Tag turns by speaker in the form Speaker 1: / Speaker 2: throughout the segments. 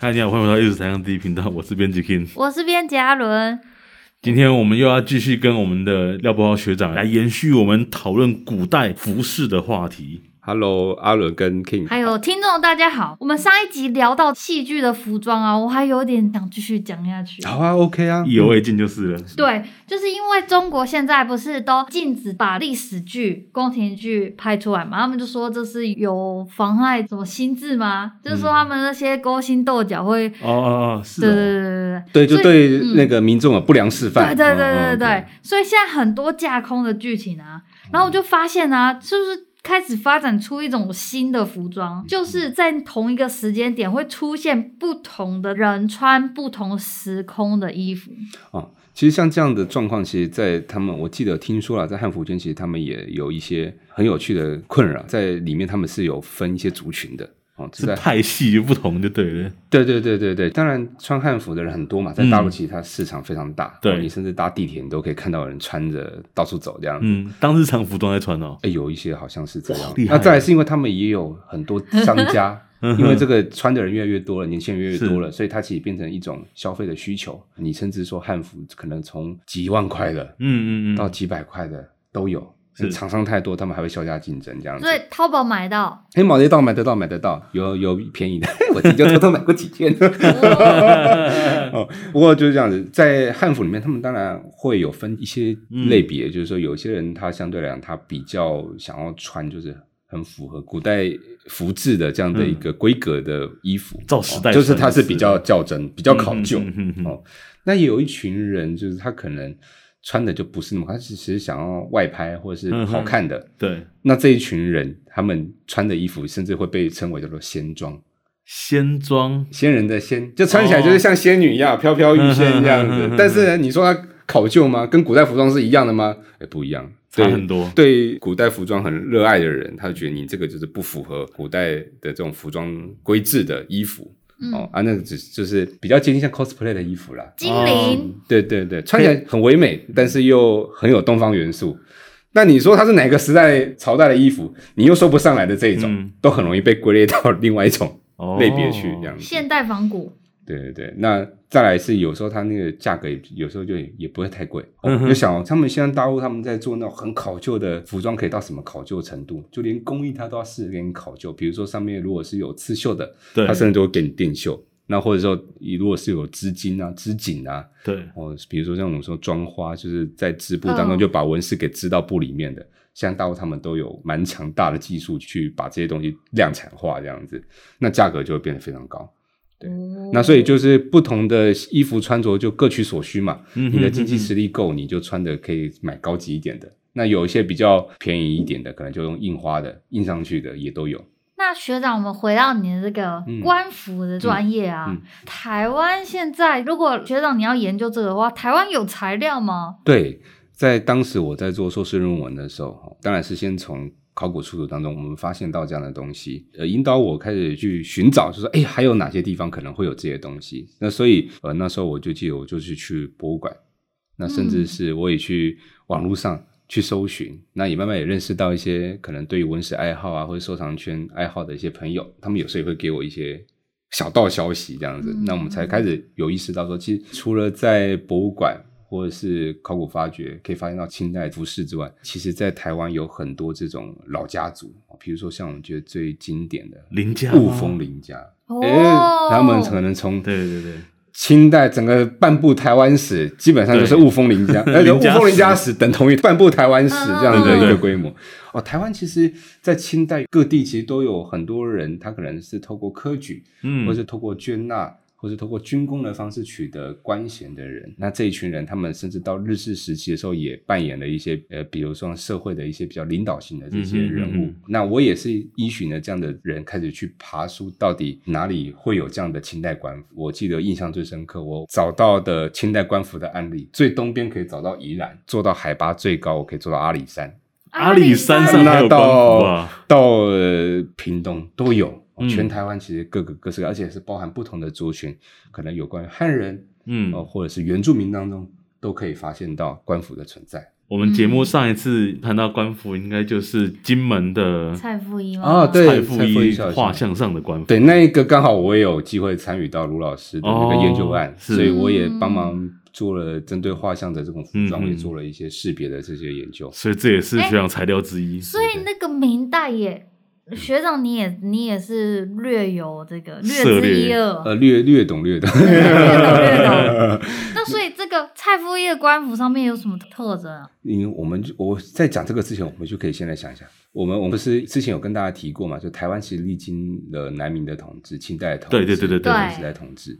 Speaker 1: 大家好，欢迎回到艺术台上第一频道，我是编辑 King。
Speaker 2: 我是边嘉伦，
Speaker 1: 今天我们又要继续跟我们的廖波浩学长来延续我们讨论古代服饰的话题。
Speaker 3: Hello，阿伦跟 King，
Speaker 2: 还有听众大家好。我们上一集聊到戏剧的服装啊，我还有点想继续讲下去。
Speaker 3: 好啊，OK 啊，
Speaker 1: 意犹未尽就是了。
Speaker 2: 对，就是因为中国现在不是都禁止把历史剧、宫廷剧拍出来嘛，他们就说这是有妨碍什么心智吗？就是说他们那些勾心斗角会，
Speaker 1: 哦哦哦，是
Speaker 2: 对对
Speaker 1: 哦，
Speaker 2: 对
Speaker 3: 对，就
Speaker 2: 所以
Speaker 3: 对
Speaker 2: 嗯
Speaker 3: 那个民众啊不良示
Speaker 2: 对对
Speaker 3: 范，
Speaker 2: 对
Speaker 1: 哦
Speaker 2: 对对
Speaker 1: ，OK
Speaker 3: 嗯
Speaker 2: 对，所以现在很多架空的剧情啊，然后我就发现啊，是不是？开始发展出一种新的服
Speaker 3: 嗯
Speaker 2: 装，就是在同一个时间点会出现不同的人穿不同时空的衣服。
Speaker 3: 哦，其实像这样的状况，其实，在他们我记得听说了，在汉服圈，其实他们也有一些很有趣的困扰，在里面他们是有分一些族群的。哦，
Speaker 1: 是
Speaker 3: 在
Speaker 1: 派系不同就对了。
Speaker 3: 对对对对对，当然穿汉服的人很多嘛，在大陆
Speaker 1: 嗯
Speaker 3: 其实它市场非常大，
Speaker 1: 对
Speaker 3: 哦你甚至搭地铁你都可以看到有人穿着到处走这样子。
Speaker 1: 嗯，当日常服装在穿哦。
Speaker 3: 哎，有一些好像是这样
Speaker 1: 哇。厉害啊
Speaker 3: 那再来是因为他们也有很多商 家，因为这个穿的人越来越多了，年轻人越来越多了，所以它其实变成一种消费的需求。你甚至说汉服可能从几万块的
Speaker 1: 嗯嗯
Speaker 3: 到
Speaker 1: 嗯，
Speaker 3: 几百块的都有。
Speaker 1: 是
Speaker 3: 厂商太多，他们还会削价竞争这样子
Speaker 2: 所。以淘宝买到，
Speaker 3: 黑毛得到买得到买得到，有有便宜的， 我自己就偷偷买过几件。
Speaker 1: 嗯
Speaker 3: 哦，不过就是这样子，在汉服里面，他们当然会有分一些类别，就是说有些人他相对来讲，他比较想要穿就是很符合古代服制的这样的一个规格的衣服，
Speaker 1: 照嗯时代
Speaker 3: 哦就是
Speaker 1: 穿
Speaker 3: 他
Speaker 1: 就是是
Speaker 3: 比较较真、比较考究。
Speaker 1: 嗯嗯嗯嗯嗯
Speaker 3: 哦，那也有一群人，就是他可能穿的就不是那么，他其实想要外拍或者是好看的。
Speaker 1: 对，
Speaker 3: 那这一群人，他们穿的衣服甚至会被称为叫做仙装。
Speaker 1: 仙装
Speaker 3: 仙人的仙，就穿起来就是像仙女一样、飘飘欲仙这样
Speaker 1: 哦嗯嗯嗯嗯
Speaker 3: 子
Speaker 1: 嗯。
Speaker 3: 但是呢，你说它考究吗？跟古代服装是一样的吗？哎，不一样，
Speaker 1: 差
Speaker 3: 对
Speaker 1: 很多。
Speaker 3: 对古代服装很热爱的人，他就觉得你这个就是不符合古代的这种服装规制的衣服、哦
Speaker 2: 嗯，
Speaker 3: 啊，那个只就是比较接近像 cosplay 的衣服啦。
Speaker 2: 精灵，
Speaker 3: 对对对，穿起来很唯美，但是又很有东方元素。那你说它是哪个时代朝代的衣服，你又说不上来的这一种，
Speaker 1: 嗯
Speaker 3: 都很容易被归类到另外一种
Speaker 1: 哦
Speaker 3: 类别去这样子。
Speaker 2: 现代仿古，
Speaker 3: 对对对，那再来是有时候它那个价格也有时候就也也不会太贵。我、
Speaker 1: 嗯哼
Speaker 3: 就想、哦，他们现在大陆他们在做那种很考究的服装，可以到什么考究程度？就连工艺它都要试着给你考究。比如说上面如果是有刺绣的，
Speaker 1: 对
Speaker 3: 它甚至都会给你电绣。那或者说，你如果是有织巾啊、织锦啊，
Speaker 1: 对，
Speaker 3: 哦，比如说像我们说妆花，就是在织布
Speaker 2: 哦
Speaker 3: 当中就把纹饰给织到布里面的。像大陆他们都有蛮强大的技术去把这些东西量产化，这样子，那价格就会变得非常高。对
Speaker 1: 嗯
Speaker 2: 哦
Speaker 3: 那所以就是不同的衣服穿着就各取所需嘛。
Speaker 1: 嗯
Speaker 3: 你的经济实力够，你就穿的可以买高级一点的。那有一些比较便宜一点的，可能就用印花的、印上去的也都有。
Speaker 2: 那学长，我们回到你的这个
Speaker 3: 嗯
Speaker 2: 官服的专业啊，
Speaker 3: 嗯嗯
Speaker 2: 台湾现在如果学长你要研究这个的话，台湾有材料吗？
Speaker 3: 对，在当时我在做硕士论文的时候，哦当然是先从考古出土当中我们发现到这样的东西，呃，引导我开始去寻找，就说，哎，还有哪些地方可能会有这些东西？那所以，呃，那时候我就记得，我就是去博物馆，那甚至
Speaker 2: 嗯
Speaker 3: 是我也去网络上。去搜寻，那也慢慢也认识到一些可能对于文史爱好啊，或者收藏圈爱好的一些朋友，他们有时候也会给我一些小道消息这样子，
Speaker 2: 嗯
Speaker 3: 那我们才开始有意识到说，其实除了在博物馆或者是考古发掘可以发现到清代服饰之外，其实在台湾有很多这种老家族，啊比如说像我们觉得最经典的
Speaker 1: 林家
Speaker 3: 雾
Speaker 1: 吗
Speaker 3: 峰林家，
Speaker 2: 哦，
Speaker 3: 诶他们可能从
Speaker 1: 对对对，
Speaker 3: 清代整个半部台湾史基本上就是
Speaker 1: 对
Speaker 3: 雾峰 林家，而且雾
Speaker 1: 林家史
Speaker 3: 峰林家史等同于半部台湾史这样的一
Speaker 1: 对对
Speaker 3: 个
Speaker 1: 对
Speaker 3: 规模。哦，台湾其实，在清代各地其实都有很多人，他可能是透过科举，
Speaker 1: 嗯，
Speaker 3: 或是透过捐纳，或是透过军功的方式取得官衔的人，那这一群人，他们甚至到日治时期的时候，也扮演了一些呃，比如说社会的一些比较领导性的这些人
Speaker 1: 嗯哼
Speaker 3: 物。
Speaker 1: 嗯
Speaker 3: 那我也是依循了这样的人，开始去爬书，到底哪里会有这样的清代官府？我记得印象最深刻，我找到的清代官府的案例，最东边可以找到宜兰，做到海拔最高，我可以做到阿里山。
Speaker 1: 阿里山上还
Speaker 3: 那
Speaker 1: 有
Speaker 3: 到
Speaker 1: 官服啊，
Speaker 3: 到呃屏东都有，哦
Speaker 1: 嗯
Speaker 3: 全台湾其实各个各式各，而且是包含不同的族群，可能有关于汉人呃
Speaker 1: 嗯
Speaker 3: 哦、，或者是原住民当中都可以发现到官府的存在。
Speaker 1: 我们节目上一次谈到官服，应该就是金门的
Speaker 2: 蔡富一吗？
Speaker 3: 哦对
Speaker 1: 蔡富
Speaker 3: 蔡富一
Speaker 1: 一
Speaker 3: 小姐
Speaker 1: 画像上的官服。
Speaker 3: 对，那一个刚好我也有机会参与到卢老师的那个研究案，
Speaker 1: 哦是
Speaker 3: 所以我也帮忙做了针对画像的这种服装，
Speaker 1: 嗯嗯
Speaker 3: 也做了一些识别的这些研究。
Speaker 1: 所以这也是学长材料之一。
Speaker 2: 所以那个明代也，学长你也你也是略有这个略
Speaker 1: 涉
Speaker 2: 知一
Speaker 1: 猎
Speaker 2: 二，
Speaker 3: 呃，略略懂 略懂，
Speaker 2: 略懂略懂。 那所以这个蔡夫一的官服上面有什么特征啊？
Speaker 3: 因为我们就我在讲这个之前，我们就可以先来想一下，我们我们不是之前有跟大家提过嘛，就台湾其实历经了南明的统治、清代的统治、
Speaker 1: 对对对对
Speaker 2: 对
Speaker 3: 时代统治。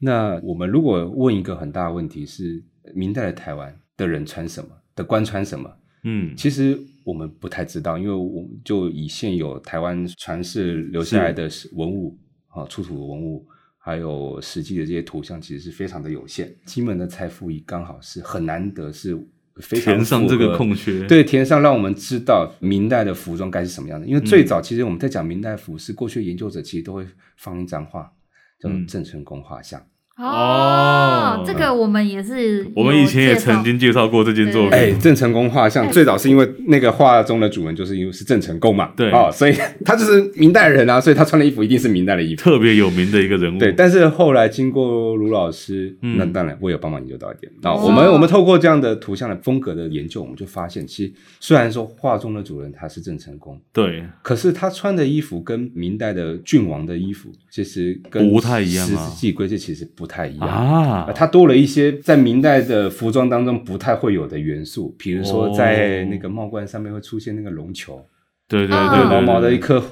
Speaker 3: 那我们如果问一个很大的问题是，明代的台湾的人穿什么，的官穿什么？
Speaker 1: 嗯，
Speaker 3: 其实我们不太知道，因为我就以现有台湾传世留下来的文物啊，出土的文物，还有实际的这些图像，其实是非常的有限。金门的蔡富义刚好是很难得，是非常
Speaker 1: 填上
Speaker 3: 符
Speaker 1: 这
Speaker 3: 合
Speaker 1: 个空缺。，
Speaker 3: 对，填上让我们知道明代的服装该是什么样的。因为最
Speaker 1: 嗯
Speaker 3: 早其实我们在讲明代服饰，过去的研究者其实都会放一张画，叫做
Speaker 1: 嗯
Speaker 3: 郑成功画像。
Speaker 1: 哦
Speaker 2: 这个我们也是，
Speaker 1: 我们以前也曾，经介绍过这件作
Speaker 2: 对
Speaker 3: 哎
Speaker 1: 品，，
Speaker 3: 郑成功画像最早是因为那个画中的主人就是因为是郑成功嘛，
Speaker 1: 对
Speaker 3: 哦，所以 他就是明代人啊，所以他穿的衣服一定是明代的衣服。
Speaker 1: 特别有名的一个人物。
Speaker 3: 对，但是后来经过卢老师，
Speaker 1: 嗯
Speaker 3: 那当然我有帮忙研究到一点。那、
Speaker 2: 哦
Speaker 3: 我们我们透过这样的图像的风格的研究，我们就发现，其实虽然说画中的主人他是郑成功，
Speaker 1: 对
Speaker 3: 可是他穿的衣服跟明代的郡王的衣服其实跟
Speaker 1: 不太一样啊
Speaker 3: 十世纪规制其实不太一样。
Speaker 1: 啊
Speaker 3: 呃，它多了一些在明代的服装当中不太会有的元素，比如
Speaker 1: 哦
Speaker 3: 说在那个帽冠上面会出现那个绒球，
Speaker 1: 对对对
Speaker 2: 啊
Speaker 1: 对，对嗯
Speaker 3: 毛毛的一。颗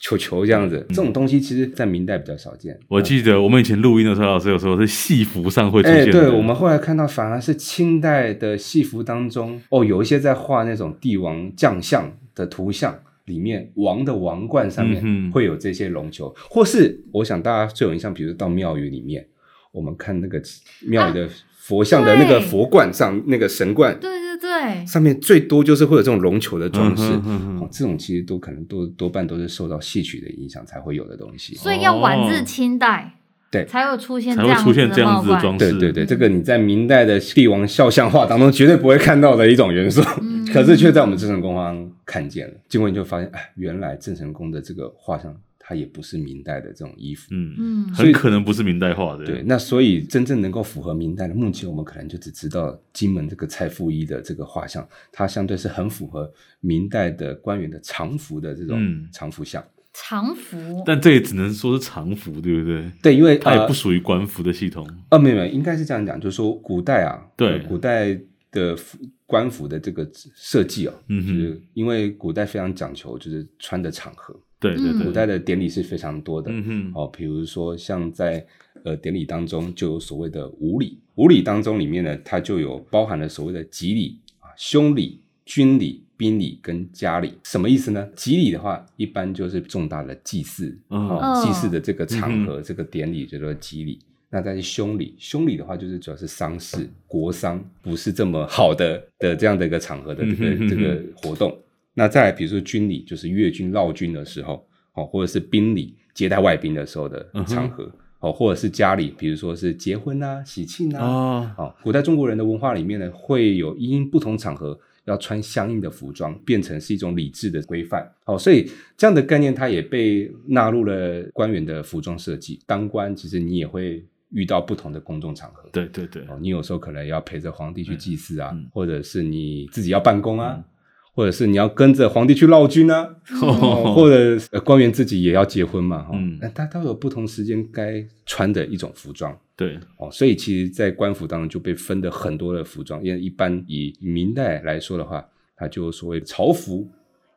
Speaker 3: 球球这样子，这种东西其实在明代比较少见。
Speaker 1: 我记得我们以前录音的时候，老师有说是戏服上会出
Speaker 3: 哎，
Speaker 1: 现的。
Speaker 3: 对我们后来看到，反而是清代的戏服当中，哦，有一些在画那种帝王将相的图像，里面王的王冠上
Speaker 1: 嗯
Speaker 3: 面
Speaker 1: 哼
Speaker 3: 会有这些龙球，或是我想大家最有印象，比如到庙宇里面，我们看那个庙宇的佛像的那个
Speaker 2: 对
Speaker 3: 佛冠上、那个神冠
Speaker 2: 对对对，
Speaker 3: 上面最多就是会有这种绒球的装饰，
Speaker 1: 嗯哼嗯哼
Speaker 3: 哦，这种其实都可能多多半都是受到戏曲的影响才会有的东西。
Speaker 2: 所以要晚至
Speaker 1: 哦
Speaker 2: 清代，
Speaker 3: 对
Speaker 2: 才有出现
Speaker 1: 才
Speaker 2: 这
Speaker 1: 会
Speaker 2: 样
Speaker 1: 出现
Speaker 2: 子
Speaker 1: 这
Speaker 2: 的
Speaker 1: 样
Speaker 2: 帽
Speaker 1: 子的
Speaker 2: 冠。
Speaker 1: 装
Speaker 3: 对
Speaker 1: 饰。
Speaker 3: 对对，这个你在明代的帝王肖像画当中绝对不会看到的一 种元素，
Speaker 2: 嗯
Speaker 3: 可是却在我们郑成功方看见了。经过你就发现，哎，原来郑成功的这个画像，它也不是明代的这种衣服。
Speaker 1: 嗯，
Speaker 2: 嗯，
Speaker 3: 所
Speaker 1: 很
Speaker 3: 以
Speaker 1: 可能不是明代化的。
Speaker 3: 对，，那所以真正能够符合明代的，目前我们可能就只知道金门这个蔡富一的这个画像，它相对是很符合明代的官员的常服的这
Speaker 1: 嗯
Speaker 3: 种常服像。
Speaker 2: 常服，
Speaker 1: 但这也只能说是常服，对不对？
Speaker 3: 对，因为
Speaker 1: 它也
Speaker 3: 呃
Speaker 1: 不属于官服的系统。
Speaker 3: 啊，没有没有，应该是这样讲，就是说古代啊，
Speaker 1: 对
Speaker 3: 呃古代的服官服的这个设计哦，
Speaker 1: 嗯哼
Speaker 3: 就是因为古代非常讲求就是穿的场合，
Speaker 1: 对对
Speaker 2: 嗯
Speaker 1: 对，
Speaker 3: 古代的典礼是非常多的，
Speaker 1: 嗯哼，
Speaker 3: 哦，比如说像在呃典礼当中就有所谓的五礼，五礼当中里面呢，它就有包含了所谓的吉礼啊、凶礼、军礼、宾礼跟家礼，什么意思呢？吉礼的话，一般就是重大的祭祀啊、
Speaker 1: 嗯
Speaker 3: 哦祭祀的这个
Speaker 1: 嗯
Speaker 3: 场
Speaker 1: 哼
Speaker 3: 合、这个典礼叫做吉礼。那但是凶礼，凶礼的话就是主要是丧事、国丧，不是这么好的的这样的一个场合的这个、
Speaker 1: 嗯哼
Speaker 3: 这
Speaker 1: 嗯
Speaker 3: 个
Speaker 1: 哼
Speaker 3: 活动。那再来，比如说军礼，就是越军、绕军的时候，哦，或者是宾礼，接待外宾的时候的
Speaker 1: 嗯哼
Speaker 3: 场合，哦，或者是家里，比如说是结婚啊、喜庆啊，
Speaker 1: 啊，
Speaker 3: 哦，古代中国人的文化里面呢，会有因不同场合要穿相应的服装，变成是一种礼制的规范。哦，所以这样的概念它也被纳入了官员的服装设计。当官其实你也会遇到不同的公众场合，
Speaker 1: 对对对，
Speaker 3: 哦，你有时候可能要陪着皇帝去祭祀啊，
Speaker 1: 嗯嗯
Speaker 3: 或者是你自己要办公啊，或者是你要跟着皇帝去绕军啊，哦或者、呃官员自己也要结婚嘛，哈、
Speaker 1: 嗯
Speaker 3: 那大家都有不同时间该穿的一种服装。
Speaker 1: 对，
Speaker 3: 哦，所以其实，在官服当中就被分的很多的服装，因为一般以明代来说的话，它就有所谓朝服，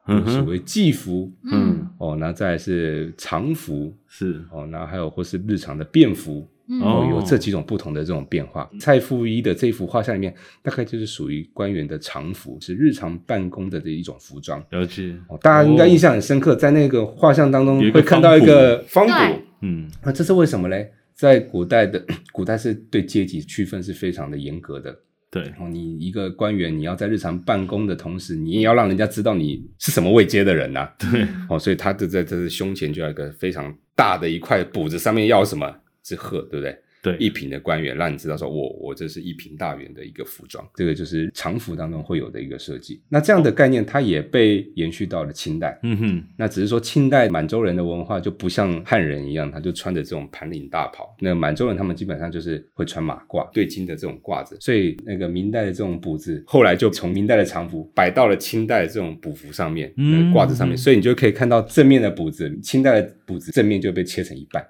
Speaker 1: 嗯
Speaker 3: 有所
Speaker 1: 哼，
Speaker 3: 谓祭服，
Speaker 2: 嗯
Speaker 3: 哦，那再来是常服，
Speaker 1: 是
Speaker 3: 哦，那还有或是日常的便服，
Speaker 2: 嗯
Speaker 1: 哦
Speaker 3: 哦，有这几种不同的这种变化。蔡富一的这幅画像里面，大概就是属于官员的常服，是日常办公的这一种服装。
Speaker 1: 了解，
Speaker 3: 哦，大家应该印象很深刻，在那个画像当中
Speaker 1: 有一个
Speaker 3: 会看到一个方
Speaker 2: 对
Speaker 3: 鼓，
Speaker 1: 嗯
Speaker 3: 那这是为什么嘞？在古代 的古代是对阶级区分是非常的严格的。
Speaker 1: 对，
Speaker 3: 哦，你一个官员，你要在日常办公的同时，你也要让人家知道你是什么位阶的人呐、
Speaker 1: 对，
Speaker 3: 哦，所以他就在他的胸前就有一个非常大的一块补子，上面要什么是鹤，对不对？
Speaker 1: 对
Speaker 3: 一品的官员，让你知道说我我这是一品大员的一个服装，这个就是常服当中会有的一个设计。那这样的概念它也被延续到了清代，
Speaker 1: 嗯哼，
Speaker 3: 那只是说清代满洲人的文化就不像汉人一样，他就穿着这种盘领大袍。那满洲人他们基本上就是会穿马褂、对襟的这种褂子，所以那个明代的这种补制，后来就从明代的常服摆到了清代的这种补服上面，
Speaker 1: 嗯
Speaker 3: 嗯，褂子上面，所以你就可以看到正面的补子，清代的补子正面就被切成一半，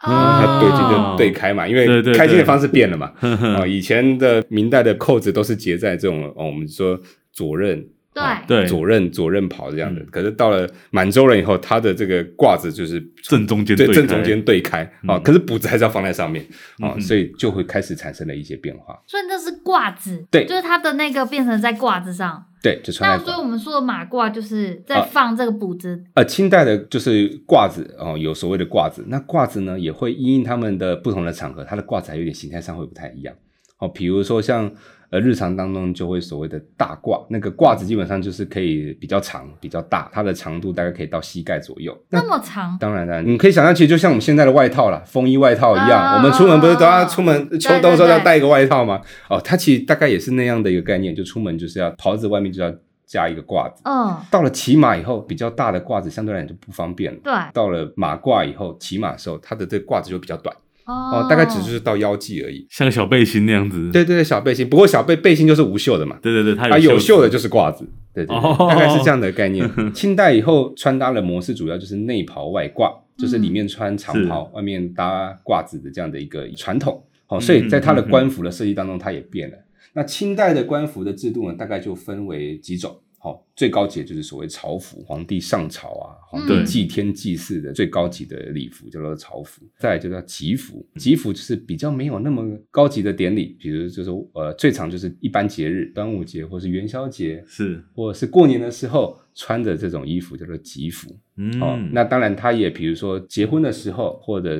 Speaker 3: 它
Speaker 2: 啊，
Speaker 3: 对襟就对开嘛，因
Speaker 1: 哦对对
Speaker 3: 为
Speaker 1: 对
Speaker 3: 开襟的方式变了嘛。啊，以前的明代的扣子都是结在这种，哦，我们说左衽。
Speaker 2: 对
Speaker 3: 啊
Speaker 1: 对
Speaker 3: 左衽左衽袍这样的
Speaker 1: 嗯，
Speaker 3: 可是到了满洲人以后，他的这个褂子就是
Speaker 1: 正中间
Speaker 3: 对
Speaker 1: 对
Speaker 3: 正
Speaker 1: 开
Speaker 3: 中间对开啊，
Speaker 1: 嗯
Speaker 3: 可是补子还是要放在上面啊
Speaker 1: 嗯，
Speaker 3: 所以就会开始产生了一些变化。
Speaker 2: 所以那是褂子，
Speaker 3: 对
Speaker 2: 就是它的那个变成在褂子上。
Speaker 3: 对，就穿
Speaker 2: 那
Speaker 3: 在
Speaker 2: 所以我们说的马褂就是在放这个补子，
Speaker 3: 呃，清代的就是褂子哦，有所谓的褂子。那褂子呢，也会因应他们的不同的场合，它的褂子还有点形态上会不太一样哦。比如说像呃日常当中就会所谓的大褂，那个褂子基本上就是可以比较长、比较大，它的长度大概可以到膝盖左右。那
Speaker 2: 那么长，
Speaker 3: 当然了，你可以想象，其实就像我们现在的外套啦，风衣外套一样，
Speaker 2: 啊
Speaker 3: 我们出门不是都要出门秋冬的
Speaker 2: 对对
Speaker 3: 时候
Speaker 2: 对
Speaker 3: 要带一个外套吗？哦，它其实大概也是那样的一个概念，就出门就是要袍子外面就要加一个褂子。
Speaker 2: 嗯，
Speaker 3: 到了骑马以后，比较大的褂子相对来讲就不方便了。
Speaker 2: 对，
Speaker 3: 到了马褂以后，骑马的时候，它的这个褂子就比较短
Speaker 2: 哦
Speaker 3: 哦，大概只是到腰际而已。
Speaker 1: 像小背心那样子，
Speaker 3: 对对对，小背心，不过小背背心就是无袖的嘛，
Speaker 1: 对对对，它
Speaker 3: 啊，有袖
Speaker 1: 袖
Speaker 3: 的
Speaker 1: 子
Speaker 3: 就是褂子，对对
Speaker 1: 哦
Speaker 3: 对，大概是这样的概念。清代以后穿搭的模式主要就是内袍外褂，就是里面穿长袍，外面搭褂子的这样的一个传统。好，所以在它的官服的设计当中，它也变了。那清代的官服的制度呢，大概就分为几种。好，最高级的就是所谓朝服，皇帝上朝啊，皇帝
Speaker 1: 对
Speaker 3: 祭天祭祀的最高级的礼服叫做朝服，再来就叫吉服。吉服就是比较没有那么高级的典礼，比如就是呃，最常就是一般节日，端午节或是元宵节，
Speaker 1: 是，
Speaker 3: 或者是过年的时候穿着这种衣服叫做吉服。
Speaker 1: 嗯，
Speaker 3: 哦，那当然，他也比如说结婚的时候，或者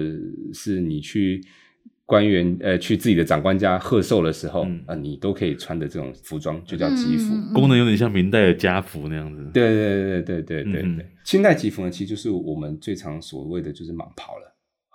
Speaker 3: 是你去官员呃去自己的长官家贺寿的时候，啊
Speaker 1: 嗯、
Speaker 3: 你都可以穿的这种服装就叫吉服。
Speaker 2: 嗯嗯嗯
Speaker 1: 功能有点像明代的家服那样子，
Speaker 3: 对对对对对对对
Speaker 1: 嗯
Speaker 3: 对，清代吉服呢，其实就是我们最常所谓的就是蟒袍了。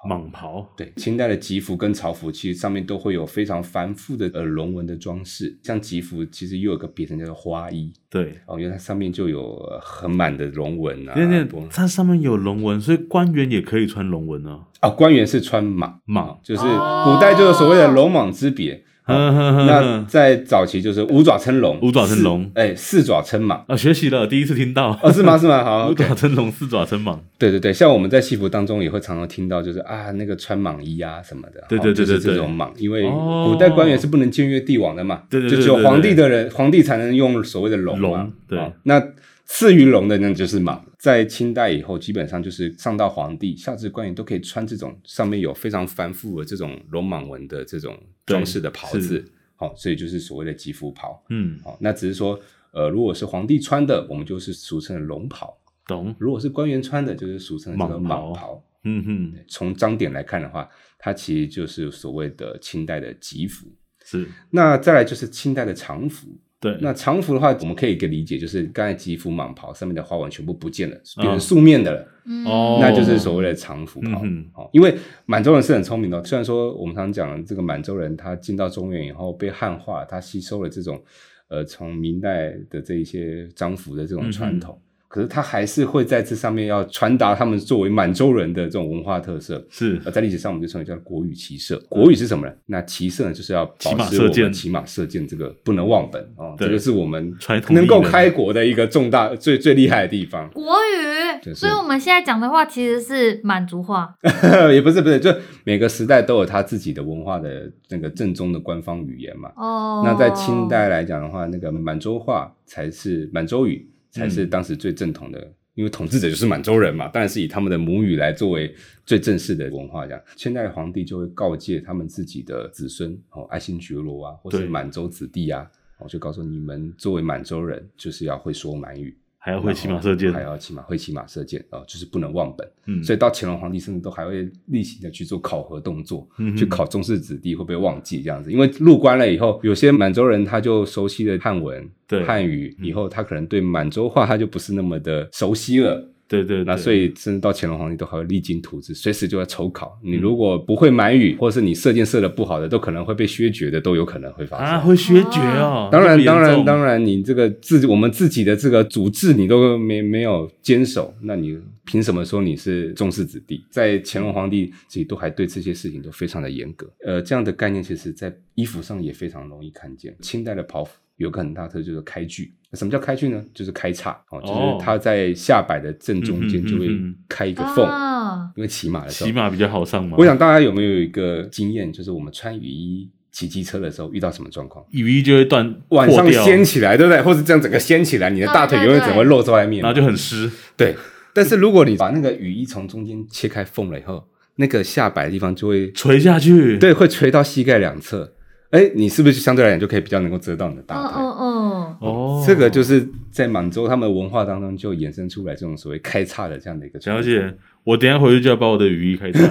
Speaker 1: 蟒袍，
Speaker 3: 对，清代的吉服跟朝服，其实上面都会有非常繁复的呃龙纹的装饰。像吉服，其实又有个别称叫做花衣，
Speaker 1: 对，
Speaker 3: 哦，因为它上面就有呃很满的龙纹啊。
Speaker 1: 那
Speaker 3: 波
Speaker 1: 那它上面有龙纹，所以官员也可以穿龙纹啊，
Speaker 3: 啊，官员是穿蟒，
Speaker 1: 蟒，
Speaker 3: 就是
Speaker 2: 哦
Speaker 3: 古代就有所谓的龙蟒之别。
Speaker 1: 呵呵呵
Speaker 3: 那
Speaker 1: 呵
Speaker 3: 在早期就是五爪撑龙，
Speaker 1: 哦嗯五爪撑龙
Speaker 3: 四哎，四爪撑蟒。
Speaker 1: 啊，学习了，第一次听到，
Speaker 3: 哦，是吗？是吗？好
Speaker 1: 五
Speaker 3: ，OK，
Speaker 1: 爪撑龙，四爪撑蟒，
Speaker 3: 对对对，像我们在戏服当中也会常常听到，就是啊，那个穿蟒衣啊什么的，
Speaker 1: 对
Speaker 3: 哦
Speaker 1: 对对
Speaker 3: 就
Speaker 1: 对
Speaker 3: 是
Speaker 1: 对
Speaker 3: 这种蟒，因为
Speaker 1: 哦
Speaker 3: 古代官员是不能僭越帝王的嘛，
Speaker 1: 对对对
Speaker 3: 就只有
Speaker 1: 对对
Speaker 3: 皇帝的人，皇帝才能用所谓的龙嘛
Speaker 1: 龙对
Speaker 3: 哦那次于龙的那就是蟒，在清代以后，基本上就是上到皇帝，下至官员都可以穿这种上面有非常繁复的这种龙蟒纹的这种装饰的袍
Speaker 1: 对
Speaker 3: 子
Speaker 1: 是，
Speaker 3: 好、所以就是所谓的吉服袍，
Speaker 1: 嗯，
Speaker 3: 好、那只是说。呃，如果是皇帝穿的，我们就是俗称的龙袍。
Speaker 1: 懂，
Speaker 3: 如果是官员穿的，就是俗称的这个蟒
Speaker 1: 蟒
Speaker 3: 袍。
Speaker 1: 嗯哼，
Speaker 3: 从章典来看的话，它其实就是所谓的清代的吉服。
Speaker 1: 是
Speaker 3: 那再来就是清代的常服。
Speaker 1: 对，
Speaker 3: 那常服的话，我们可以给理解就是刚才吉服、蟒袍上面的花纹全部不见了，
Speaker 1: 嗯
Speaker 3: 变成素面的了，
Speaker 2: 嗯
Speaker 1: 哦
Speaker 3: 那就是所谓的常服袍。
Speaker 1: 嗯
Speaker 3: 哦，因为满洲人是很聪明的哦，虽然说我们常讲这个满洲人他进到中原以后被汉化，他吸收了这种呃从明代的这一些章服的这
Speaker 1: 嗯
Speaker 3: 种传统。可是他还是会在这上面要传达他们作为满洲人的这种文化特色，
Speaker 1: 是
Speaker 3: 呃，在历史上我们就称为叫国语骑射。国语是什么呢？那骑射呢，就是要
Speaker 1: 骑马
Speaker 3: 保持
Speaker 1: 射
Speaker 3: 我
Speaker 1: 箭
Speaker 3: 们骑马射箭这个不能忘本哦，
Speaker 1: 对
Speaker 3: 这个是我们
Speaker 1: 传统
Speaker 3: 能够
Speaker 1: 艺能
Speaker 3: 开国的一个重大最最厉害的地方。
Speaker 2: 国语，
Speaker 3: 就是
Speaker 2: 所以我们现在讲的话其实是满族话，
Speaker 3: 也不是不是，就每个时代都有他自己的文化的那个正宗的官方语言嘛。
Speaker 2: 哦，
Speaker 3: 那在清代来讲的话，那个满洲话才是满洲语，才是
Speaker 1: 嗯
Speaker 3: 当时最正统的。因为统治者就是满洲人嘛，当然是以他们的母语来作为最正式的文化。这样，清代的皇帝就会告诫他们自己的子孙哦，爱新觉罗啊，或是
Speaker 1: 对
Speaker 3: 满洲子弟啊，我、哦、就告诉你们，作为满洲人，就是要会说满语，
Speaker 1: 还要会骑马射箭，
Speaker 3: 还要骑马会骑马射箭哦，就是不能忘本。
Speaker 1: 嗯，
Speaker 3: 所以到乾隆皇帝甚至都还会例行的去做考核动作，
Speaker 1: 嗯哼
Speaker 3: 去考宗室子弟会不会忘记这样子。因为入关了以后，有些满洲人他就熟悉了汉文
Speaker 1: 对、嗯
Speaker 3: 汉语，以后他可能对满洲话他就不是那么的熟悉了。
Speaker 1: 对对，
Speaker 3: 那所
Speaker 1: 以
Speaker 3: 以甚至到乾隆皇帝都还会励精图治，随时就要抽考。你
Speaker 1: 嗯
Speaker 3: 如果不会满语，或是你射箭射的不好的，都可能会被削爵的，都有可能会发生。
Speaker 1: 啊会削绝哦，
Speaker 3: 当然，当然，
Speaker 1: 然，
Speaker 3: 当然，你这个自我们自己的这个主治你都没没有坚守，那你凭什么说你是宗室子弟？在乾隆皇帝自己都还对这些事情都非常的严格。呃，这样的概念其实在衣服上也非常容易看见。清代的袍服有个很大特色就是开具。什么叫开具呢？就是开叉哦，
Speaker 1: 哦
Speaker 3: 就是它在下摆的正中间就会
Speaker 1: 嗯哼嗯哼嗯哼
Speaker 3: 开一个缝，
Speaker 2: 啊，
Speaker 3: 因为骑马的时候
Speaker 1: 骑马比较好上嘛。
Speaker 3: 我想大家有没有一个经验，就是我们穿雨衣骑机车的时候遇到什么状况？
Speaker 1: 雨衣就会断破
Speaker 3: 晚上
Speaker 1: 掉，
Speaker 3: 掀起来，对不对？或者这样整个掀起来，你的大腿
Speaker 2: 哦对对
Speaker 3: 永远只会露在外面
Speaker 1: 然后
Speaker 3: 嘛。
Speaker 1: 就很湿，
Speaker 3: 对，但是如果你把那个雨衣从中间切开缝了以后，那个下摆的地方就会
Speaker 1: 垂下去。，
Speaker 3: 对，会垂到膝盖两侧。哎，你是不是就相对来讲就可以比较能够遮到你的
Speaker 2: 嗯
Speaker 3: 大腿？
Speaker 2: 嗯嗯，
Speaker 1: 哦，
Speaker 3: 这个就是在满洲他们文化当中就衍生出来这种所谓开叉的这样的一个。
Speaker 1: 了解。我等一下回去就要把我的雨衣开掉，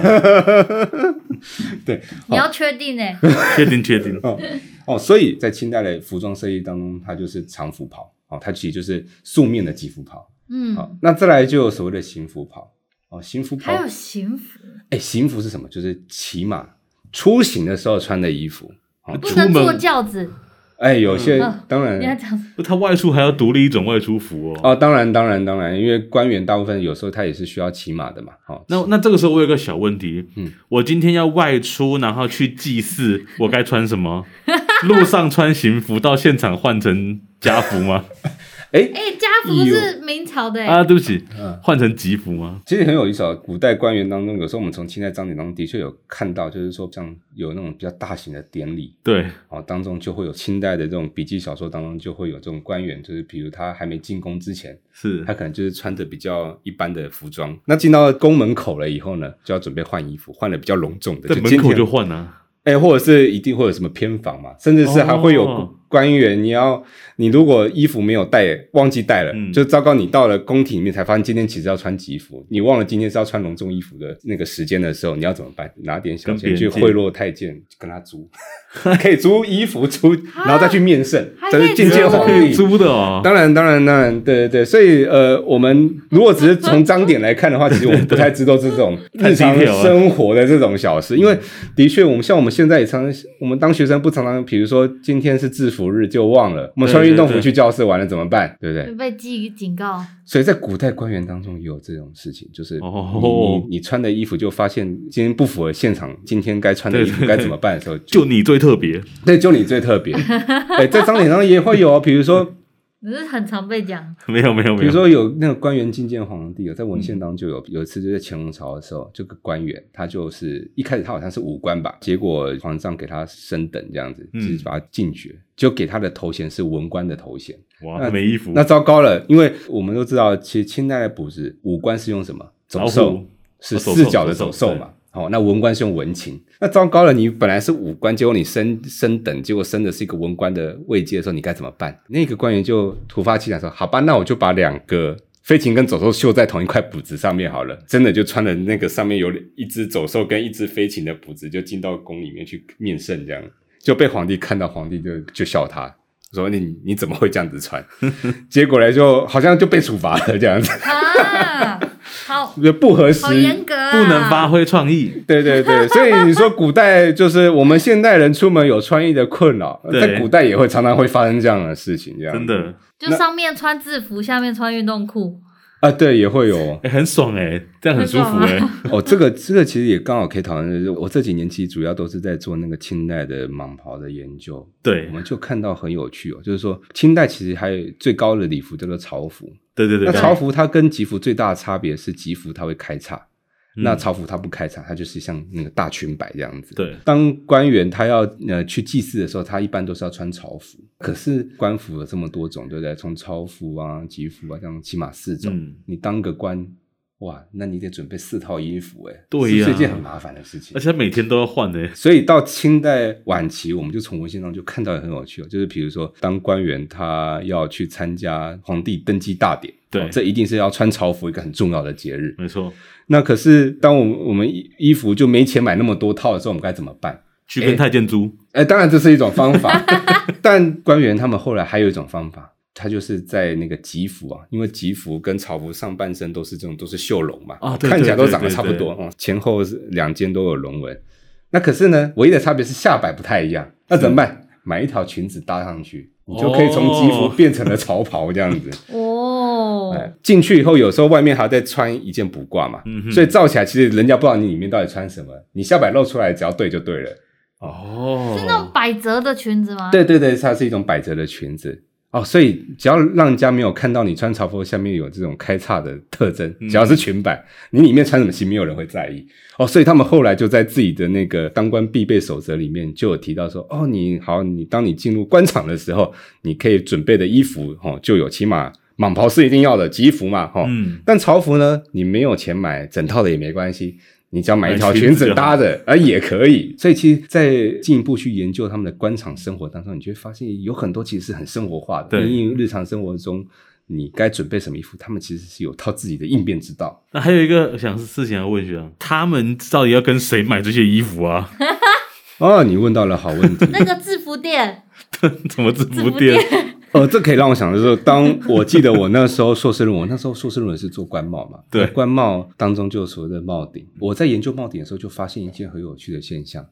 Speaker 2: 你要确 定呢、
Speaker 1: 确定确定。
Speaker 3: 哦，所以在清代的服装设计当中，它就是长服袍哦，它其实就是素面的吉服袍。好、
Speaker 2: 嗯，
Speaker 3: 那再来就有所谓的行服袍哦，行服袍
Speaker 2: 还有行服，
Speaker 3: 哎，行服是什么？就是骑马出行的时候穿的衣服。
Speaker 2: 不
Speaker 1: 出
Speaker 2: 能坐
Speaker 1: 门
Speaker 2: 轿子，
Speaker 3: 哎，有些、
Speaker 2: 嗯
Speaker 3: 当
Speaker 2: 你要
Speaker 3: 然
Speaker 2: 讲什么
Speaker 1: 他外出还要独立一种外出服哦。
Speaker 3: 哦，当然当然当然，因为官员大部分有时候他也是需要骑马的嘛。哦，
Speaker 1: 那那这个时候我有个小问题，
Speaker 3: 嗯
Speaker 1: 我今天要外出，然后去祭祀，我该穿什么？ 路上穿行服，到现场换成家服吗？
Speaker 3: 哎，
Speaker 2: 哎、家服是明朝的、欸，
Speaker 1: 啊，对不起
Speaker 3: 嗯，
Speaker 1: 换成吉服吗？
Speaker 3: 其实很有意思哦。古代官员当中，有时候我们从清代章典当中的确有看到，就是说像有那种比较大型的典礼，
Speaker 1: 对，
Speaker 3: 哦，当中就会有清代的这种笔记小说当中就会有这种官员，就是比如他还没进宫之前，
Speaker 1: 是
Speaker 3: 他可能就是穿着比较一般的服装。那进到宫门口了以后呢，就要准备换衣服，换的比较隆重的，
Speaker 1: 在
Speaker 3: 就
Speaker 1: 门
Speaker 3: 今
Speaker 1: 口
Speaker 3: 天
Speaker 1: 就换啊。
Speaker 3: 哎、或者是一定会有什么偏房嘛，甚至是还会有
Speaker 1: 哦
Speaker 3: 官员，你要你如果衣服没有带，忘记带了，
Speaker 1: 嗯
Speaker 3: 就糟糕。你到了宫廷里面才发现今天其实要穿吉服，你忘了今天是要穿隆重衣服的那个时间的时候，你要怎么办？拿点小
Speaker 1: 跟别
Speaker 3: 钱
Speaker 1: 人借
Speaker 3: 去贿赂太监，跟他租， 可以租衣服租，然后再去面圣
Speaker 2: 还，
Speaker 3: 再
Speaker 2: 可
Speaker 3: 去
Speaker 2: 以
Speaker 3: 见见
Speaker 2: 租
Speaker 3: 皇
Speaker 1: 可以
Speaker 3: 帝。
Speaker 1: 租的哦。
Speaker 3: 当然，当然，当然，对对对，所以呃，我们如果只是从章典来看的话，其实我们不太知道这种
Speaker 1: 太
Speaker 3: 日常
Speaker 1: detail 了
Speaker 3: 生活的这种小事，因为的确，我们像我们现在也常，我们当学生不常常，比如说今天是制服日就忘了，我们穿运动
Speaker 1: 对嗯
Speaker 3: 服
Speaker 1: 对对
Speaker 3: 去教室玩了怎么办？对不对
Speaker 2: 就？被记警告，
Speaker 3: 所以在古代官员当中也有这种事情，就是你、
Speaker 1: 哦
Speaker 3: 你你穿的衣服就发现今天不符合现场今天该穿的衣服
Speaker 1: 对对
Speaker 3: 该怎么办的时候，
Speaker 1: 就你最特别，
Speaker 3: 对，就你最特 别。对，在章典上也会有哦，比如说
Speaker 2: 只是很常被 讲。
Speaker 1: 没有没有没
Speaker 3: 比
Speaker 1: 有，
Speaker 3: 如说有那个官员觐见皇帝，有在文献当中就有有一次就在乾隆朝的时候，这个官员他就是一开始他好像是武官吧，结果皇上给他升等这样子，
Speaker 1: 嗯
Speaker 3: 就是把他进爵，就给他的头衔是文官的头衔。
Speaker 1: 哇，
Speaker 3: 那
Speaker 1: 没衣服
Speaker 3: 啊那，糟糕了，因为我们都知道，其实清代的补职武官是用什么走
Speaker 1: 老
Speaker 3: 兽
Speaker 1: 虎，
Speaker 3: 是
Speaker 1: 哦走
Speaker 3: 四
Speaker 1: 兽
Speaker 3: 角的
Speaker 1: 走
Speaker 3: 走
Speaker 1: 兽
Speaker 3: 兽嘛。哦，那文官是用文禽，那糟糕了，你本来是武官，结果你升升等，结果升的是一个文官的位阶的时候，你该怎么办？那个官员就突发奇想说：“好吧，那我就把两个飞禽跟走兽绣在同一块补子上面好了。”真的就穿了那个上面有一只走兽跟一只飞禽的补子，就进到宫里面去面圣，这样就被皇帝看到，皇帝就就笑他。说你你怎么会这样子穿？ 结果来就好像就被处罚了这样子，
Speaker 2: 啊，好
Speaker 3: 就不合时
Speaker 2: 好
Speaker 3: 宜。
Speaker 2: 严格啊，
Speaker 1: 不能发挥创意。
Speaker 3: 对对 对，所以你说古代就是我们现代人出门有穿衣的困扰，
Speaker 1: 对
Speaker 3: 在古代也会常常会发生这样的事情，这样
Speaker 1: 真的，。
Speaker 2: 就上面穿制服，下面穿运动裤，
Speaker 3: 啊，对，也会有哦
Speaker 1: 哎，很爽哎，这样很舒服
Speaker 2: 很
Speaker 1: 哎
Speaker 2: 爽，啊
Speaker 3: 哦，这个这个其实也刚好可以讨论，就是我这几年其实主要都是在做那个清代的蟒袍的研究，
Speaker 1: 对
Speaker 3: 我们就看到很有趣哦，就是说清代其实还有最高的礼服叫做朝服，
Speaker 1: 对对
Speaker 3: 那
Speaker 1: 对，
Speaker 3: 朝服它跟吉服最大的差别是吉服它会开叉，
Speaker 1: 嗯
Speaker 3: 那朝服它不开叉，它就是像那个大裙摆这样子。
Speaker 1: 对，
Speaker 3: 当官员他要呃去祭祀的时候，他一般都是要穿朝服。可是官服有这么多种，对不对？从朝服啊、吉服啊，这样起码四种。
Speaker 1: 嗯
Speaker 3: 你当个官，哇，那你得准备四套衣服、欸，哎，
Speaker 1: 对呀
Speaker 3: 是一件很麻烦的事情
Speaker 1: 而。且他每天都要换哎，
Speaker 3: 所以到清代晚期，我们就从文献上就看到很有趣哦，就是比如说，当官员他要去参加皇帝登基大典，
Speaker 1: 对
Speaker 3: 哦这一定是要穿朝服一个很重要的节日。
Speaker 1: 没错，
Speaker 3: 那可是当我们我们衣衣服就没钱买那么多套的时候，我们该怎么办？
Speaker 1: 去跟太监租，
Speaker 3: 哎，当然这是一种方法，但官员他们后来还有一种方法，他就是在那个吉服啊，因为吉服跟草服上半身都是这种都是绣龙嘛，
Speaker 1: 啊对
Speaker 3: 看起来
Speaker 1: 对对
Speaker 3: 都长得
Speaker 1: 对
Speaker 3: 差不
Speaker 1: 对
Speaker 3: 多，嗯前后是两肩都有龙纹。那可是呢，唯一的差别是下摆不太一样，那怎么办？买一条裙子搭上去，你就可以从吉服
Speaker 1: 哦
Speaker 3: 变成了潮袍这样 子。
Speaker 2: 哦，
Speaker 3: 哎，进去以后，有时候外面还要再穿一件补褂嘛，
Speaker 1: 嗯哼
Speaker 3: 所以照起来其实人家不知道你里面到底穿什么，你下摆露出来，只要对就对了。
Speaker 1: 哦，
Speaker 2: 是那种百褶的裙子吗？
Speaker 3: 对对对，它是一种百褶的裙子哦，所以只要让人家没有看到你穿潮服下面有这种开叉的特征，只要是裙摆，你里面穿什么其实没有人会在意哦，所以他们后来就在自己的那个当官必备守则里面就有提到说，哦，你好，你当你进入官场的时候，你可以准备的衣服哦，就有起码蟒袍是一定要的，吉服嘛，哦，
Speaker 1: 嗯，
Speaker 3: 但潮服呢，你没有钱买整套的也没关系，你只要买一条
Speaker 1: 买裙
Speaker 3: 裙
Speaker 1: 子
Speaker 3: 子
Speaker 1: 就好
Speaker 3: 搭着啊也可以。所以其实，在进一步去研究他们的官场生活当中，你就会发现有很多其实是很生活化的。
Speaker 1: 对
Speaker 3: 因为日常生活中你该准备什么衣服，他们其实是有套自己的应变之道。
Speaker 1: 那还有一个想事情要问学长，他们到底要跟谁买这些衣服啊？
Speaker 3: 哦，你问到了好问题。
Speaker 2: 那个制服店，
Speaker 1: 怎么制服
Speaker 2: 服
Speaker 1: 店？
Speaker 3: 呃，这可以让我想的是，当我记得我那时候硕士论文，那时候硕士论文是做官帽嘛，
Speaker 1: 对
Speaker 3: 官帽当中就有所谓的帽顶。我在研究帽顶的时候，就发现一件很有趣的现象，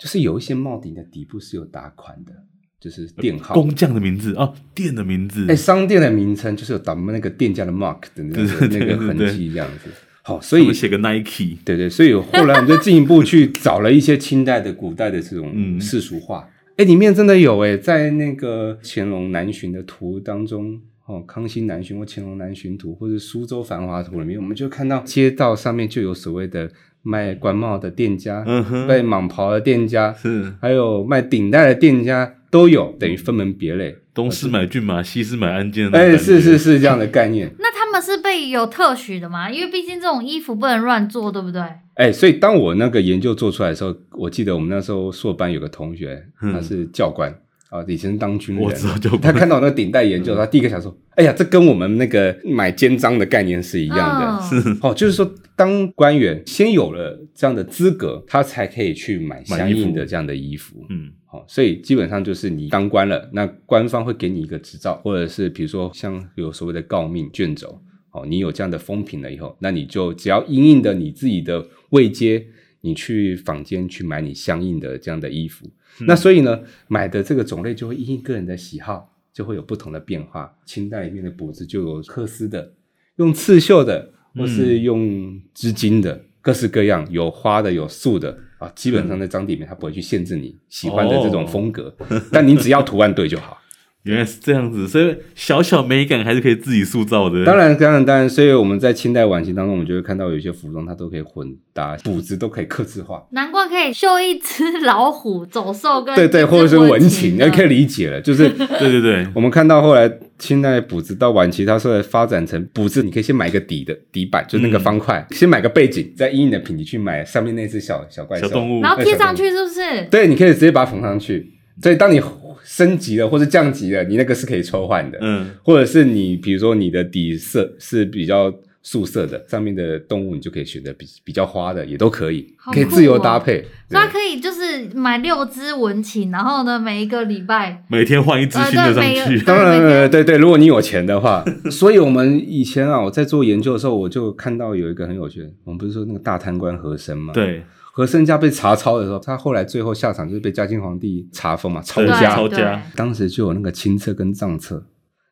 Speaker 3: 就是有一些帽顶的底部是有打款的，就是店 号。
Speaker 1: 工匠的名字哦，店的名字
Speaker 3: 哎，，商店的名称就是有咱们那个店家的 mark 的那
Speaker 1: 对
Speaker 3: 个
Speaker 1: 对
Speaker 3: 那
Speaker 1: 对
Speaker 3: 个痕
Speaker 1: 对
Speaker 3: 迹这样子。好，所
Speaker 1: 他
Speaker 3: 以
Speaker 1: 们写个 Nike，
Speaker 3: 对对，所以后来我们就进一步去找了一些清代的、古代的这
Speaker 1: 嗯
Speaker 3: 种世俗画，哎、里面真的有哎，在那个乾隆南巡的图当中，哦，康熙南巡或乾隆南巡图，或者苏州繁华图里面，我们就看到街道上面就有所谓的卖官帽的店家，
Speaker 1: 嗯哼
Speaker 3: 卖蟒袍的店家，
Speaker 1: 是
Speaker 3: 还有卖顶戴的店家都有，等于分门别类。
Speaker 1: 东市买骏马，西市买鞍鞯的那种
Speaker 3: 哎，
Speaker 1: 感觉
Speaker 3: 是是，是这样的概念。
Speaker 2: 那他们是被有特许的吗？因为毕竟这种衣服不能乱做，对不对？
Speaker 3: 哎、所以当我那个研究做出来的时候，我记得我们那时候硕班有个同学，
Speaker 1: 嗯
Speaker 3: 他是教官啊、以前是当军人，
Speaker 1: 我知道嗯教官
Speaker 3: 他看到那个顶戴研究，他第一个想说：“哎呀，这跟我们那个买肩章的概念是一样的。
Speaker 2: 嗯、是
Speaker 3: 哦，就是说，当官员先有了这样的资格，他才可以去买
Speaker 1: 买
Speaker 3: 相
Speaker 1: 衣服
Speaker 3: 应的这样的衣服。
Speaker 1: 嗯，
Speaker 3: 哦，所以基本上就是你当官了，那官方会给你一个执照，或者是比如说像有所谓的诰命卷轴，哦，你有这样的风评了以后，那你就只要因应的你自己的位阶，你去坊间去买你相应的这样的衣服。那所以呢，买的这个种类就会因应个人的喜好，就会有不同的变化。清代里面的脖子就有缂丝的，用刺绣的，或是用织金的，各式各样，有花的，有素的啊。基本上在章底里面，它不会去限制你喜欢的这
Speaker 1: 哦
Speaker 3: 种风格， 但你只要图案对就好。
Speaker 1: 原来是这样子，所以小小美感还是可以自己塑造的。
Speaker 3: 当然，当然，当然，所以我们在清代晚期当中，我们就会看到有一些服装它都可以混搭，补子都可以刻字 化。
Speaker 2: 难怪可以绣一只老虎、走兽跟
Speaker 3: 对对，或者是文情，
Speaker 2: 的
Speaker 3: 那可以理解了。就是
Speaker 1: 对对对，
Speaker 3: 我们看到后来清代补子到晚期，它是发展成补子，你可以先买一个底的底板，就那
Speaker 1: 嗯
Speaker 3: 个方块，先买个背景，再依你的品级去买上面那只小小怪
Speaker 1: 小
Speaker 3: 兽。
Speaker 1: 动物
Speaker 2: 然后贴上去是不是？
Speaker 3: 对，你可以直接把它缝上去。所以当你升级了或者降级了，你那个是可以抽换的，
Speaker 1: 嗯，
Speaker 3: 或者是你比如说你的底色是比较素色的，上面的动物你就可以选择比比较花的，也都可以，
Speaker 2: 好
Speaker 3: 可以
Speaker 2: 酷
Speaker 3: 自由
Speaker 2: 哦
Speaker 3: 搭配。
Speaker 2: 所以它
Speaker 3: 对
Speaker 2: 可以就是买六只文琴，然后呢，每一个礼拜
Speaker 1: 每天换一只新的上
Speaker 2: 呃对每
Speaker 1: 去
Speaker 2: 个，
Speaker 3: 当
Speaker 2: 每
Speaker 3: 然，
Speaker 2: 天
Speaker 3: 对对，如果你有钱的话， 所以我们以前啊，我在做研究的时候，我就看到有一个很有趣的，我们不是说那个大贪官和珅
Speaker 2: 呃
Speaker 3: 吗？，
Speaker 1: 对，
Speaker 3: 和珅家被查抄的时候，他后来最后下场就是被嘉庆皇帝查封嘛，抄
Speaker 1: 对
Speaker 3: 家，
Speaker 1: 抄
Speaker 2: 对
Speaker 1: 家
Speaker 2: 对，
Speaker 3: 当时就有那个清册跟账册，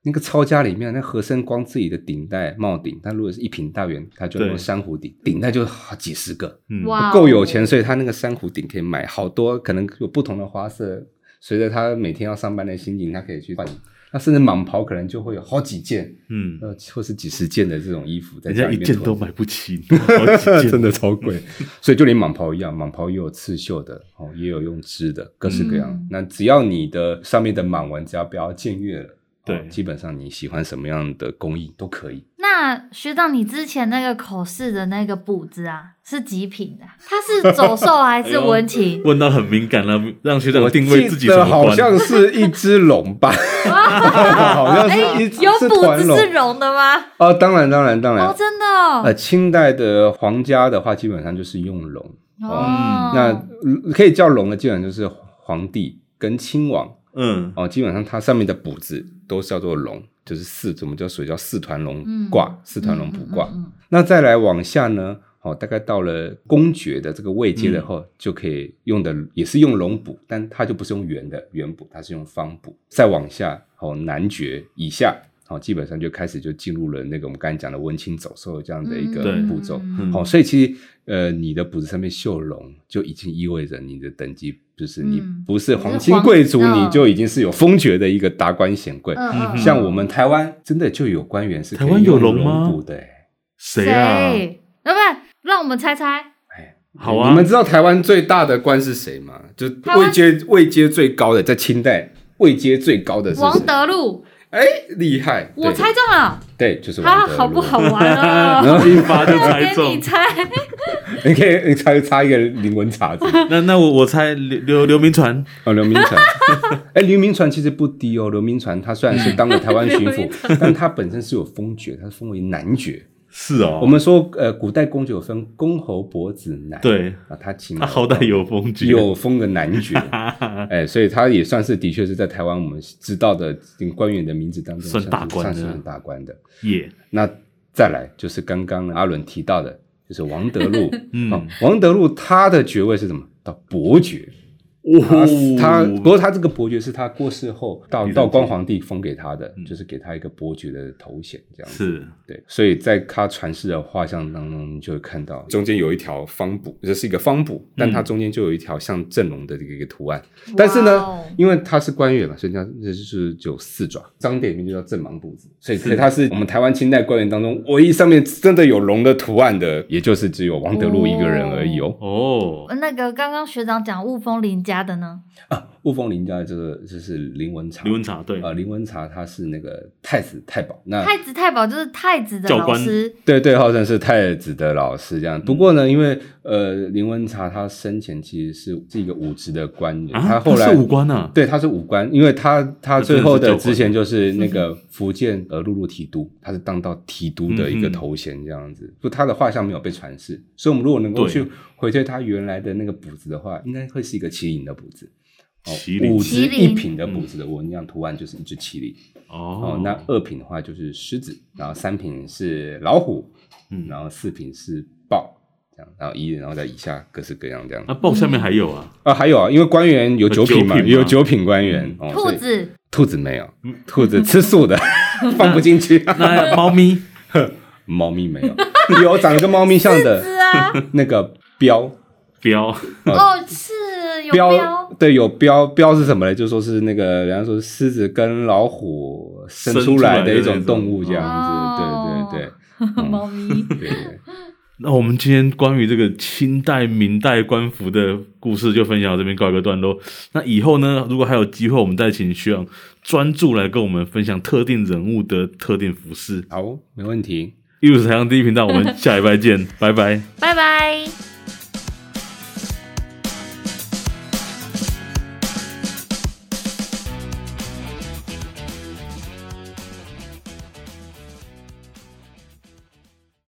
Speaker 3: 那个抄家里面，那和珅光自己的顶戴帽顶，他如果是一品大员，他就
Speaker 1: 对
Speaker 3: 用珊瑚顶，顶戴就好几十个，
Speaker 1: 嗯，
Speaker 2: 哇，
Speaker 3: 够有钱，，所以他那个珊瑚顶可以买好多，可能有不同的花色，随着他每天要上班的心情，他可以去换。那甚至蟒袍可能就会有好几件，
Speaker 1: 嗯，
Speaker 3: 呃，或是几十件的这种衣服在
Speaker 1: 人
Speaker 3: 家
Speaker 1: 家
Speaker 3: 里
Speaker 1: 一
Speaker 3: 面
Speaker 1: 件
Speaker 3: 囤
Speaker 1: 都买不 起， 好几件
Speaker 3: 真的超贵，所以就连蟒袍一样，蟒袍也有刺绣的，哦，也有用织的，各式各样。
Speaker 2: 嗯
Speaker 3: 那只要你的上面的蟒纹只要不要僭越了，哦
Speaker 1: 对
Speaker 3: 基本上你喜欢什么样的工艺都可以。
Speaker 2: 那学长，你之前那个口试的那个补子啊，是几品的啊？它是走兽还
Speaker 1: 哎
Speaker 2: 是
Speaker 1: 呦
Speaker 2: 文 琴？
Speaker 1: 问到很敏感了，让学长
Speaker 3: 我
Speaker 1: 定位自己
Speaker 3: 记
Speaker 1: 什
Speaker 3: 得
Speaker 1: 么
Speaker 3: 好
Speaker 1: 关？
Speaker 3: 像是一只龙吧，好像是一只
Speaker 2: 哎有
Speaker 3: 是
Speaker 2: 补
Speaker 3: 团
Speaker 2: 子
Speaker 3: 龙
Speaker 2: 是绒的吗？
Speaker 3: 哦，当然当然当然
Speaker 2: 哦，，真的哦
Speaker 3: 呃，清代的皇家的话，基本上就是用龙，
Speaker 2: 哦，
Speaker 3: 那呃可以叫龙的，基本上就是皇帝跟亲王
Speaker 1: 嗯，
Speaker 3: 哦，基本上它上面的补子都是叫做龙。就是四，我们叫所谓叫四团龙
Speaker 2: 嗯
Speaker 3: 挂，四团龙卜挂。
Speaker 2: 嗯嗯
Speaker 3: 那再来往下呢，哦，大概到了公爵的这个位阶了
Speaker 2: 嗯
Speaker 3: 后，就可以用的也是用龙补，但它就不是用圆的圆补，它是用方补。再往下，哦，男爵以下，哦，基本上就开始就进入了那个我们刚才讲的文青走兽这样的一个
Speaker 1: 对
Speaker 3: 步骤。
Speaker 2: 嗯
Speaker 3: 好、所以其实呃，你的补子上面绣龙，就已经意味着你的等级就是你
Speaker 2: 嗯
Speaker 3: 不是
Speaker 2: 不是
Speaker 3: 皇亲
Speaker 2: 皇
Speaker 3: 贵族，
Speaker 2: 嗯
Speaker 3: 你就已经是有封爵的一个达官显贵。
Speaker 2: 嗯嗯
Speaker 3: 像我们台湾真的就有官员是可以
Speaker 1: 台湾有
Speaker 3: 用
Speaker 1: 龙
Speaker 3: 龙
Speaker 1: 吗
Speaker 3: 补的、欸。
Speaker 1: 谁啊？？
Speaker 2: 要不然让我们猜猜，
Speaker 3: 哎，
Speaker 1: 好啊
Speaker 3: 你们知道台湾最大的官是谁吗？就
Speaker 2: 台湾
Speaker 3: 位阶位阶最高的，在清代位阶最高的是谁
Speaker 2: 王？德禄，
Speaker 3: 哎，厉害！
Speaker 2: 我
Speaker 3: 对
Speaker 2: 猜中了，
Speaker 3: 对，就是王
Speaker 2: 他
Speaker 3: 德禄
Speaker 2: 好不？好玩 啊？
Speaker 1: 一发就猜
Speaker 2: 给 你
Speaker 1: 中。
Speaker 2: 猜，
Speaker 3: 你可以你猜猜一个林文茶子，
Speaker 1: 那那我我猜刘刘刘铭传，
Speaker 3: 哦，刘铭传。 哎，刘铭传其实不低哦。刘铭传他虽然是当了台湾巡
Speaker 2: 嗯刘铭
Speaker 3: 抚， 但他本身是有封爵，他是封为男爵。
Speaker 1: 是哦，
Speaker 3: 我们说，呃，古代公爵有分公侯伯子男，
Speaker 1: 对
Speaker 3: 啊，他起码
Speaker 1: 他好歹有风景，
Speaker 3: 有封个男 爵，哎，所以他也算是的确是在台湾我们知道的官员的名字当中
Speaker 1: 算大官的
Speaker 3: 算是很大官的。
Speaker 1: 耶，
Speaker 3: 那再来就是刚刚阿伦提到的，就是王德 禄，
Speaker 1: 嗯
Speaker 3: 哦王德禄他的爵位是什么？到伯爵，他
Speaker 1: 哇
Speaker 3: 他不过他这个伯爵哦是他过世后到
Speaker 1: 第三
Speaker 3: 道光
Speaker 1: 届
Speaker 3: 皇帝封给他的
Speaker 1: 嗯，
Speaker 3: 就是给他一个伯爵的头衔这样子。
Speaker 1: 是
Speaker 3: 对，所以在他传世的画像当中，你就会看到嗯中间有一条方补，这是一个方补，但它中间就有一条像正龙的这个一个图案。 但是呢
Speaker 2: 哇哦，
Speaker 3: 因为它是官员嘛，所以它这就是有四爪，章典里面就叫正芒补子，所以所以它是我们台湾清代官员当中唯一上面真的有龙的图案的，也就是只有王德禄一个人而已哦。
Speaker 1: 哦，
Speaker 2: 那个刚刚学长讲雾峰林家的呢？
Speaker 3: 雾峰林家就是就是林文茶，
Speaker 1: 刘文茶对
Speaker 3: 啊、，林文茶他是那个太子太保，那
Speaker 2: 太子太保就是太子的
Speaker 1: 教
Speaker 2: 老
Speaker 1: 官
Speaker 2: 师，
Speaker 3: 对对，号称是太子的老师这样。不过呢，因为呃，林文茶他生前其实是是一个武职的官员，
Speaker 1: 啊，
Speaker 3: 后来
Speaker 1: 是五官啊，
Speaker 3: 对他是武官，因为他他最后
Speaker 1: 他
Speaker 3: 的
Speaker 1: 真的是教官
Speaker 3: 之前就是那个福建呃陆路提督，他是当到提督的一个头衔这样子。不，他的画像没有被传世，所以我们如果能够
Speaker 1: 对
Speaker 3: 去回推他原来的那个补子的话，应该会是一个麒麟的补子。哦
Speaker 1: 麒麟
Speaker 3: 武职
Speaker 2: 麒麟
Speaker 3: 一品的补子的纹样图案就是一只麒麟，哦
Speaker 1: 哦，，
Speaker 3: 那二品的话就是狮子，然后三品是老虎，
Speaker 1: 嗯
Speaker 3: 然后四品是豹，这样，然后一，然后再以下各式各样这样。
Speaker 1: 那豹下面还有啊，
Speaker 3: 啊，还有啊，因为官员有九品嘛，
Speaker 1: 呃有九品吗嗯
Speaker 3: 有九品官员，哦
Speaker 2: 兔，
Speaker 3: 所以
Speaker 2: 子，
Speaker 3: 兔子没有，兔子吃素的，放不进去。
Speaker 1: 那猫咪
Speaker 3: 猫咪没有，有长得跟猫咪像的
Speaker 2: 是啊，
Speaker 3: 那个标。
Speaker 1: 彪
Speaker 2: 哦是有
Speaker 3: 标
Speaker 2: 标，
Speaker 3: 对有标标是什么呢？就说是那个人家说狮子跟老虎生
Speaker 1: 生
Speaker 3: 出
Speaker 1: 出
Speaker 3: 来
Speaker 1: 来的
Speaker 3: 的一
Speaker 1: 那
Speaker 3: 种
Speaker 1: 种
Speaker 3: 动物这样
Speaker 2: 哦
Speaker 3: 子，对对对，嗯
Speaker 2: 猫咪，
Speaker 3: 对对。
Speaker 1: 那我们今天关于这个清代、明代官服的故事就分享到这边告一个段落。那以后呢，如果还有机会，我们再请徐朗专注来跟我们分享特定人物的特定服饰。
Speaker 3: 好，没问题。
Speaker 1: 艺术台上第一频道，我们下礼拜见，拜拜。
Speaker 2: 拜拜。